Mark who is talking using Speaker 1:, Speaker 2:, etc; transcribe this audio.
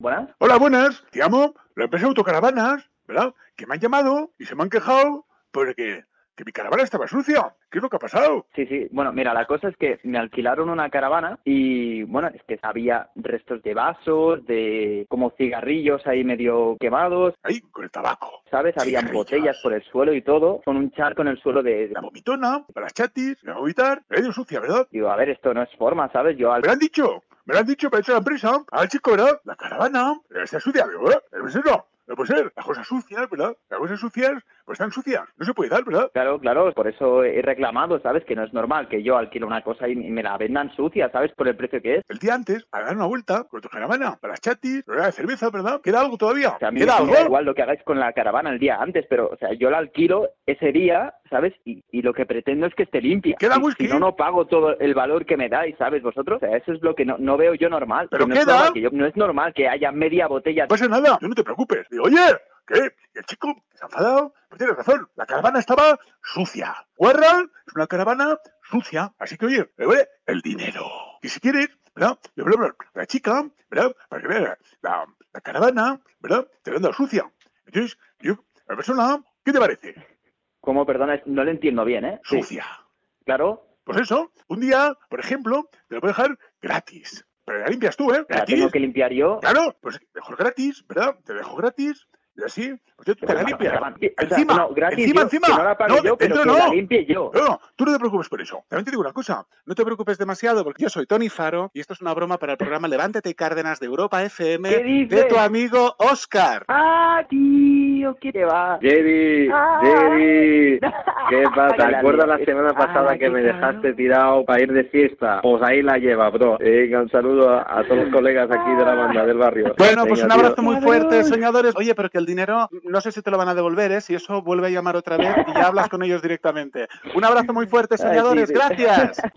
Speaker 1: Buenas.
Speaker 2: Hola, buenas. Te llamo la empresa Autocaravanas, ¿verdad? Que me han llamado y se me han quejado porque que mi caravana estaba sucia. ¿Qué es lo que ha pasado?
Speaker 1: Sí, sí. Bueno, mira, la cosa es que me alquilaron una caravana y, bueno, es que había restos de vasos, de como cigarrillos ahí medio quemados,
Speaker 2: Ahí, con el tabaco.
Speaker 1: ¿sabes? Habían
Speaker 2: Cigarrillos.
Speaker 1: botellas por el suelo y todo, con un charco en el suelo de...
Speaker 2: La vomitona, para las chatis, la vomitar, la he ido sucia, ¿verdad?
Speaker 1: Digo, a ver, esto no es forma, ¿sabes? Yo al...
Speaker 2: Me lo han dicho, me lo han dicho para echar a la empresa, al chico, ¿verdad? La caravana, eh, está sucia, ¿verdad? Debe ser no, no puede ser. Las cosas sucias, ¿verdad? Las cosas sucias, pues están sucias, no se puede dar, ¿verdad?
Speaker 1: Claro, claro, por eso he reclamado, ¿sabes? Que no es normal que yo alquile una cosa y me la vendan sucia, ¿sabes? Por el precio que es.
Speaker 2: El día antes, a dar una vuelta con tu caravana, para las chatis, la hora de cerveza, ¿verdad? ¿Queda algo todavía?
Speaker 1: O sea, a mí me
Speaker 2: ¿Queda algo?
Speaker 1: da igual lo que hagáis con la caravana el día antes, pero, o sea, yo la alquilo ese día, ¿sabes? Y, y lo que pretendo es que esté limpia.
Speaker 2: ¿Queda
Speaker 1: Y si,
Speaker 2: whisky?
Speaker 1: no, no pago todo el valor que me dais, ¿sabes? Vosotros, o sea, eso es lo que no, no veo yo normal.
Speaker 2: ¿Pero Pues-
Speaker 1: Que no es
Speaker 2: queda?
Speaker 1: normal que yo- no es normal que haya media botella.
Speaker 2: No pasa nada, tú no te preocupes. Digo, oye, ¿qué? Y el chico que se ha enfadado, pues tienes razón, la caravana estaba sucia. Guerra es una caravana sucia, así que oye, le duele el dinero. Y si quieres, ¿verdad? Le voy a hablar a la chica, ¿verdad? Para que vea la, la caravana, ¿verdad? Te la han dado sucia. Entonces, yo, la persona, ¿qué te parece?
Speaker 1: Como, perdona, es- no lo entiendo bien, ¿eh? Sí,
Speaker 2: Sucia.
Speaker 1: claro.
Speaker 2: Pues eso, un día, por ejemplo, te la voy a dejar gratis. Pero la limpias tú, ¿eh?
Speaker 1: La
Speaker 2: Gratis.
Speaker 1: tengo que limpiar yo.
Speaker 2: Claro, pues mejor gratis, ¿verdad? Te dejo gratis y así, pues yo te
Speaker 1: Pero
Speaker 2: la
Speaker 1: no,
Speaker 2: limpia.
Speaker 1: caravana. Sí, o sea,
Speaker 2: Encima,
Speaker 1: no, gratis
Speaker 2: encima,
Speaker 1: yo,
Speaker 2: encima.
Speaker 1: Que no la pague yo, pero
Speaker 2: dentro
Speaker 1: que la limpie yo.
Speaker 2: No, Eh, tú no te preocupes por eso. También te digo una cosa, no te preocupes demasiado porque yo soy Tony Faro y esto es una broma para el programa Levántate y Cárdenas de Europa FM
Speaker 1: ¿Qué
Speaker 2: de
Speaker 1: dices?
Speaker 2: tu amigo Oscar.
Speaker 1: ¡Ah, tío! ¿Qué te va?
Speaker 3: Jerry,
Speaker 1: Ah.
Speaker 3: Jerry, ¿qué pasa?
Speaker 1: Ay,
Speaker 3: ¿Te acuerdas la
Speaker 1: eh,
Speaker 3: semana
Speaker 1: ah,
Speaker 3: pasada que
Speaker 1: qué
Speaker 3: me
Speaker 1: cabrón.
Speaker 3: dejaste tirado para ir de fiesta? Pues ahí la lleva, bro. Venga, un saludo a, a todos los colegas aquí de la banda del barrio.
Speaker 2: Bueno, pues
Speaker 3: Venga,
Speaker 2: un
Speaker 3: tío.
Speaker 2: abrazo muy fuerte, soñadores. Oye, pero que el dinero, no sé si te lo van a devolver, ¿eh? Si eso, vuelve a llamar otra vez y ya hablas con ellos directamente. Un abrazo muy fuerte,
Speaker 1: Ay, sí,
Speaker 2: soñadores.
Speaker 1: sí.
Speaker 2: Gracias.